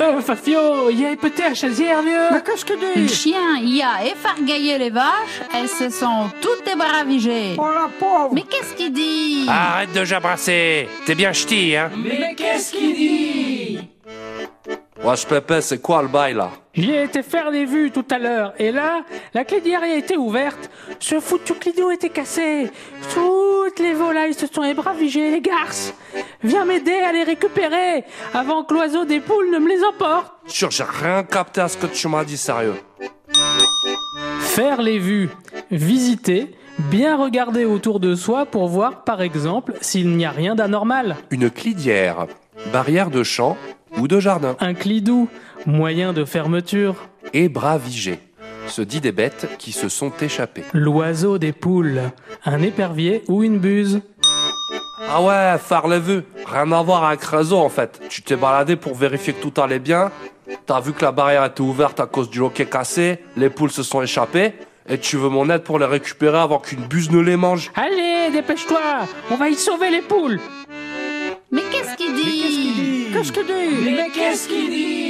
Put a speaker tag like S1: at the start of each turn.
S1: Euh, Fafio, jij peterchasière, vieux
S2: Le
S3: Macascadé
S2: chien y a effargaillé les vaches, elles se sont toutes débaravigées.
S3: Oh la pauvre
S2: Mais qu'est-ce qu'il dit
S4: Arrête de jabrasser T'es bien ch'ti, hein
S1: Mais qu'est-ce qu'il dit
S5: Wesh Pépé, c'est quoi le bail là
S1: J'y ai été faire des vues tout à l'heure, et là, la clairière était ouverte, ce foutu clido était cassé, toutes les volailles se sont ébravigées, les garces Viens m'aider à les récupérer, avant que l'oiseau des poules ne me les emporte
S5: Sûr, j'ai rien capté à ce que tu m'as dit, sérieux.
S1: Faire les vues, visiter, bien regarder autour de soi pour voir, par exemple, s'il n'y a rien d'anormal.
S5: Une clidière, barrière de champ ou de jardin,
S1: Un clidou, moyen de fermeture.
S5: ébravigée. Se dit des bêtes qui se sont échappées.
S1: L'oiseau des poules, un épervier ou une buse.
S5: Ah ouais, faire les vues. Rien à voir avec réseau en fait. Tu t'es baladé pour vérifier que tout allait bien. T'as vu que la barrière était ouverte à cause du loquet cassé, les poules se sont échappées, et tu veux mon aide pour les récupérer avant qu'une buse ne les mange.
S1: Allez, dépêche-toi, on va y sauver les poules.
S2: Mais qu'est-ce qu'il dit
S3: Cascadé
S1: Mais qu'est-ce qu'il dit